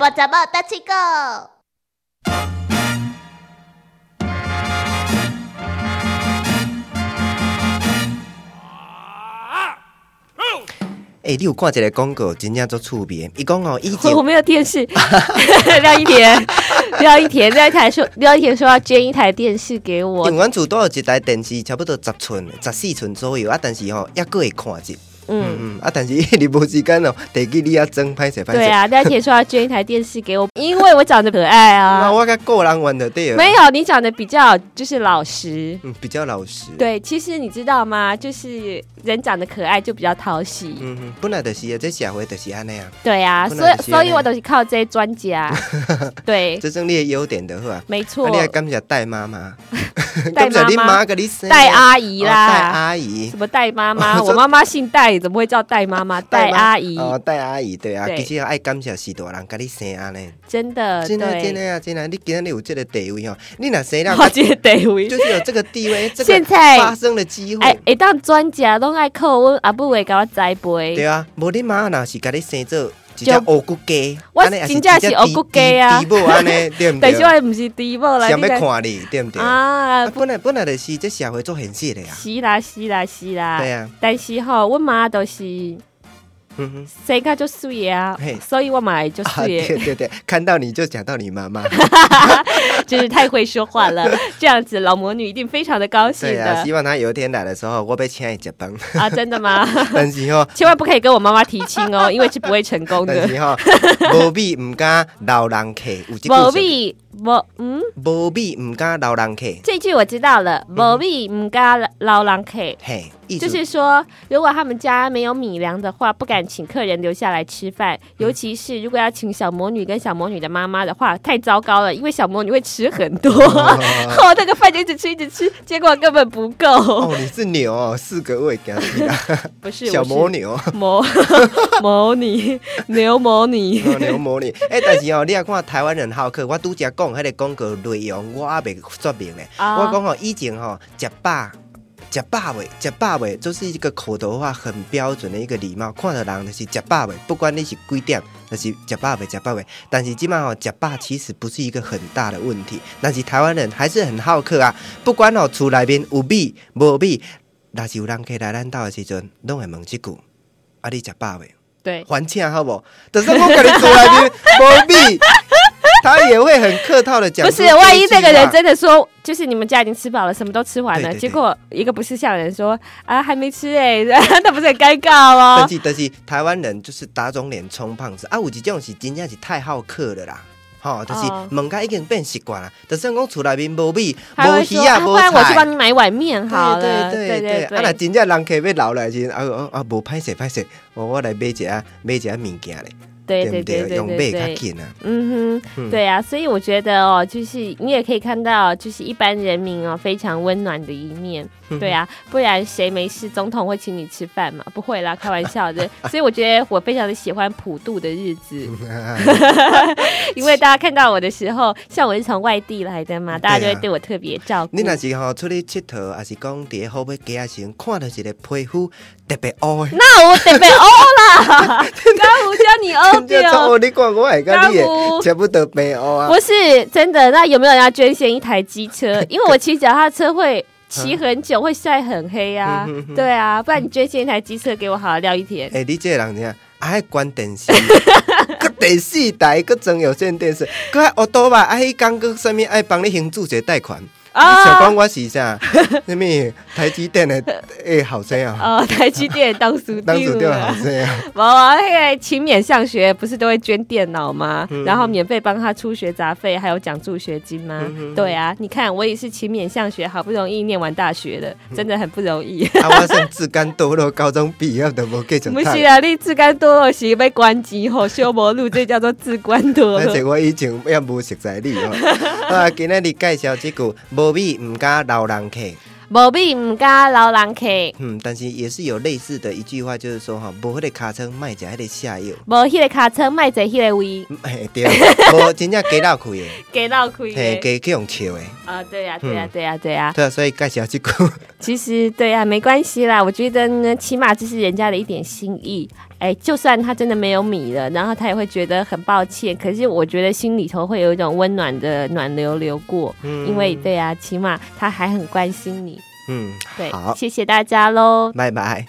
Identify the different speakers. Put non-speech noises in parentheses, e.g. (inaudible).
Speaker 1: 我怎么打起狗？
Speaker 2: 哎、你有看一个广告，真正足趣味的。伊讲哦，以前
Speaker 3: (laughs) 我没有电视。廖一田，廖一田，廖一台说，廖一田说要捐一台电视给我
Speaker 2: 顶。阮厝都有一台电视，差不多十寸、十四寸左右啊，但是吼、抑佫会看一。
Speaker 3: 嗯，
Speaker 2: 嗯嗯，啊，但是 (laughs) 你无时间哦，提起你啊装歹势歹势。
Speaker 3: 对啊，廖一田说要捐一台电视给我， (laughs) 因为我长得可爱
Speaker 2: 那
Speaker 3: 啊。
Speaker 2: 我甲个人玩的对了。
Speaker 3: 没有，你长得比较就是老实。
Speaker 2: 嗯，比较老实。。
Speaker 3: 对，其实你知道吗？就是人长得可爱就比较讨喜。
Speaker 2: 嗯哼，本来就是啊，这社会就是安尼啊，
Speaker 3: 对啊，
Speaker 2: 不
Speaker 3: 所以
Speaker 2: 能接
Speaker 3: 所以
Speaker 2: 呢
Speaker 3: 我都是靠这些专
Speaker 2: (laughs)
Speaker 3: 家。对，
Speaker 2: 这算你的优点的好啊。
Speaker 3: 没
Speaker 2: 啊
Speaker 3: 错，，
Speaker 2: 你还感谢戴妈
Speaker 3: (laughs)
Speaker 2: 妈，
Speaker 3: 戴
Speaker 2: 感谢
Speaker 3: 妈
Speaker 2: 你
Speaker 3: 妈
Speaker 2: 妈、甲你生的
Speaker 3: 戴阿姨
Speaker 2: 哦戴
Speaker 3: 啦，
Speaker 2: 阿姨，
Speaker 3: 什么戴妈
Speaker 2: (laughs)
Speaker 3: 妈？
Speaker 2: 哦
Speaker 3: 我
Speaker 2: 这
Speaker 3: 妈妈姓戴，怎么会叫戴妈
Speaker 2: (laughs)
Speaker 3: 妈？戴
Speaker 2: 妈
Speaker 3: 阿姨，
Speaker 2: 哦，戴阿姨对啊，
Speaker 3: 对
Speaker 2: 其实爱感谢是大人甲你生安尼。
Speaker 3: 真的
Speaker 2: 真的真
Speaker 3: 对，
Speaker 2: 的啊，真的，你今日有这个地位哦，你若生了，
Speaker 3: 好这个地位。
Speaker 2: (laughs) 就是有这个地位，这
Speaker 3: (laughs) 现
Speaker 2: 个
Speaker 3: 在
Speaker 2: 发生的机
Speaker 3: 哎
Speaker 2: 会，，
Speaker 3: 会当专家拢爱靠阮阿母会甲我栽
Speaker 2: 对
Speaker 3: 培，
Speaker 2: 啊，无你妈若是甲你生做一只乌骨鸡，
Speaker 3: 我
Speaker 2: 安尼也
Speaker 3: 真正是乌骨鸡啊
Speaker 2: 一
Speaker 3: (laughs)
Speaker 2: 只猪猪母安尼对不
Speaker 3: 但
Speaker 2: 对？
Speaker 3: 是我毋是低保啦，
Speaker 2: 想
Speaker 3: 你
Speaker 2: 要
Speaker 3: 知
Speaker 2: 看你对不对？啊，
Speaker 3: 啊，不
Speaker 2: 本来本来就是这社会做现实的呀，
Speaker 3: 是啦是啦是啦
Speaker 2: 对，啊，
Speaker 3: 但是吼，阮妈都是
Speaker 2: 嗯哼。
Speaker 3: 生较足水的啊
Speaker 2: 嘿，
Speaker 3: 所以我嘛会足
Speaker 2: 啊，(laughs)
Speaker 3: 水的
Speaker 2: 对对对，看到你就想到你
Speaker 3: (laughs)
Speaker 2: 妈妈，啊
Speaker 3: 就是太会说话
Speaker 2: (laughs)
Speaker 3: 了，这样子老魔女一定非常的高兴
Speaker 2: 对啊，
Speaker 3: 的
Speaker 2: 希望她有一天来的时候，我被请一
Speaker 3: (laughs)
Speaker 2: 帮，
Speaker 3: 啊！真的吗？
Speaker 2: 但是吼，
Speaker 3: 千万不可以跟我妈妈提亲
Speaker 2: (laughs)
Speaker 3: 哦，因为是不会成功
Speaker 2: 但
Speaker 3: 的。
Speaker 2: 是吼，无米唔敢老人客，有这句
Speaker 3: 某
Speaker 2: 俗
Speaker 3: 必某嗯，
Speaker 2: 无米毋敢留人客，
Speaker 3: 这句我知道了。
Speaker 2: 嗯
Speaker 3: 某必唔敢老狼 K，
Speaker 2: 嘿，意
Speaker 3: 就
Speaker 2: 思
Speaker 3: 是说，如果他们家没有米粮的话，不敢请客人留下来吃饭。尤其是如果要请小魔女跟小魔女的妈妈的话，太糟糕了，因为小魔女会吃很多， (laughs) 哦，那个饭就一直吃一直吃，结果根本不够。
Speaker 2: 哦，你是牛哦，四个我也给他记啦，
Speaker 3: 不是
Speaker 2: 小
Speaker 3: 魔
Speaker 2: 魔牛，哦
Speaker 3: (laughs) 魔魔女牛魔女。
Speaker 2: 牛魔女。哎，但是哦，你也看台湾人好客，我拄则讲迄个广告内容，我也未说明咧。
Speaker 3: 啊
Speaker 2: 我讲哦，以前哦，食饱。食饱未？食饱未？就是一个口头话，很标准的一个礼貌。看到人就是食饱未，不管你是几点，就是食饱未，食饱未。但是今麦哦，食饱其实不是一个很大的问题。但是台湾人还是很好客啊，不管哦厝内面有米无米，若是有人客来咱兜的时阵，拢会问一句：啊，你食饱未？
Speaker 3: 对，
Speaker 2: 还钱好不？就是我跟你厝内面无米，他也会很客套的讲
Speaker 3: 不
Speaker 2: 出这
Speaker 3: 是
Speaker 2: 一句话。，
Speaker 3: 万一那个人真的说，就是你们家已经吃饱了，什么都吃完了，
Speaker 2: 对对对
Speaker 3: 结果一个不是像人说啊还没吃哎、 (laughs) 欸，那不是很尴尬吗
Speaker 2: 但？是但是台湾人就是打肿脸充胖子啊，有一种是真正是太好客了啦。吼、就是
Speaker 3: 哦
Speaker 2: 问家已经变习惯了，就是讲厝内面无米、
Speaker 3: 还
Speaker 2: 无
Speaker 3: 会
Speaker 2: 鱼
Speaker 3: 说啊，
Speaker 2: 啊、
Speaker 3: 不
Speaker 2: 无
Speaker 3: 然我去
Speaker 2: 菜。
Speaker 3: 帮你买一碗面好了，
Speaker 2: 对
Speaker 3: 对
Speaker 2: 对啊，若
Speaker 3: 对，
Speaker 2: 真正人客要留来时，啊啊啊，无歹势歹势，哦，我来买一下买一下物件咧，
Speaker 3: 对
Speaker 2: 不
Speaker 3: 对对对
Speaker 2: 用
Speaker 3: 对
Speaker 2: 买较
Speaker 3: 对， (laughs)
Speaker 2: 紧啊，
Speaker 3: 嗯哼，
Speaker 2: 嗯
Speaker 3: 对啊，所以我觉得哦，就是你也可以看到，就是一般人民哦非常温暖的一面，
Speaker 2: 嗯
Speaker 3: 对啊，不然谁没事总统会请你吃饭嘛？不会啦，开玩笑
Speaker 2: (laughs)
Speaker 3: 的。所以我觉得我非常的喜欢普渡的日子，
Speaker 2: 嗯
Speaker 3: 因为大家看到我的时候，像我是从外地来的嘛，大家就会对我特别照顾
Speaker 2: 嗯啊你。若是吼出去佚佗，还是讲伫咧后尾街啊时候，看到一个皮肤特别乌的，
Speaker 3: 那我得被
Speaker 2: (laughs)
Speaker 3: 殴啦， (laughs) 干胡叫你殴掉。
Speaker 2: 哦，你看我会甲
Speaker 3: (laughs)
Speaker 2: 你
Speaker 3: 干有
Speaker 2: 的差不多白乌啊，
Speaker 3: 不是真的，那有没有人要捐献一台机
Speaker 2: (laughs)
Speaker 3: 车？因为我骑脚踏车会骑很久，会晒很黑啊
Speaker 2: 嗯哼哼。
Speaker 3: 对啊，不然你捐献一台机车给我，好了，廖一天。
Speaker 2: 哎、你这个人怎样？爱关电
Speaker 3: (laughs)
Speaker 2: 视，搁第四台，搁装有线电视，搁爱学多吧？啊，迄工搁啥物爱帮你行注者贷
Speaker 3: 哦
Speaker 2: 款？你想讲我是
Speaker 3: (laughs)
Speaker 2: 啥？啥物台积电的诶后生啊？
Speaker 3: 哦，哎台积电当
Speaker 2: (laughs)
Speaker 3: 属
Speaker 2: 当主
Speaker 3: 定
Speaker 2: 掉后
Speaker 3: 了。
Speaker 2: 生啊？
Speaker 3: 我我那个勤勉上学，不是都会捐电脑吗？
Speaker 2: 嗯
Speaker 3: 然后免费帮他出学杂费，还有奖助学金吗？
Speaker 2: 嗯哼
Speaker 3: 对啊，你看我也是勤勉上学，好不容易念完大学的，
Speaker 2: 嗯
Speaker 3: 真的很不容易。
Speaker 2: 啊，我算自甘堕落，高中毕业都无继续
Speaker 3: (laughs) 不是
Speaker 2: 读。
Speaker 3: 啊，你自甘堕落是被关机吼，修魔路这叫做自甘堕落。
Speaker 2: 而且我以前
Speaker 3: (laughs)
Speaker 2: 也无熟悉你哦。啊，今日你介绍即句，无米毋敢留人客，
Speaker 3: 无米唔敢老人客，
Speaker 2: 嗯，但是也是有类似的一句话，就是说哈，无迄个尻川卖食迄个下药，
Speaker 3: 无迄个卡车卖坐迄个位，
Speaker 2: 嗯 (laughs) 嘿对，无真正加落去的，
Speaker 3: 给到亏
Speaker 2: 嘿，
Speaker 3: 的。
Speaker 2: 加去用扣的，
Speaker 3: 啊，对呀，对呀
Speaker 2: 嗯，
Speaker 3: 对呀，对呀。
Speaker 2: 对啊，所以介绍这句， (laughs)
Speaker 3: 其实对啊呀，没关系啦。我觉得呢，起码这是人家的一点心意。哎，就算他真的没有米了，然后他也会觉得很抱歉。可是我觉得心里头会有一种温暖的暖流流过，
Speaker 2: 嗯
Speaker 3: 因为啊对呀，起码他还很关心你。
Speaker 2: 嗯，
Speaker 3: 对
Speaker 2: 好，
Speaker 3: 谢谢大家喽。
Speaker 2: 拜拜。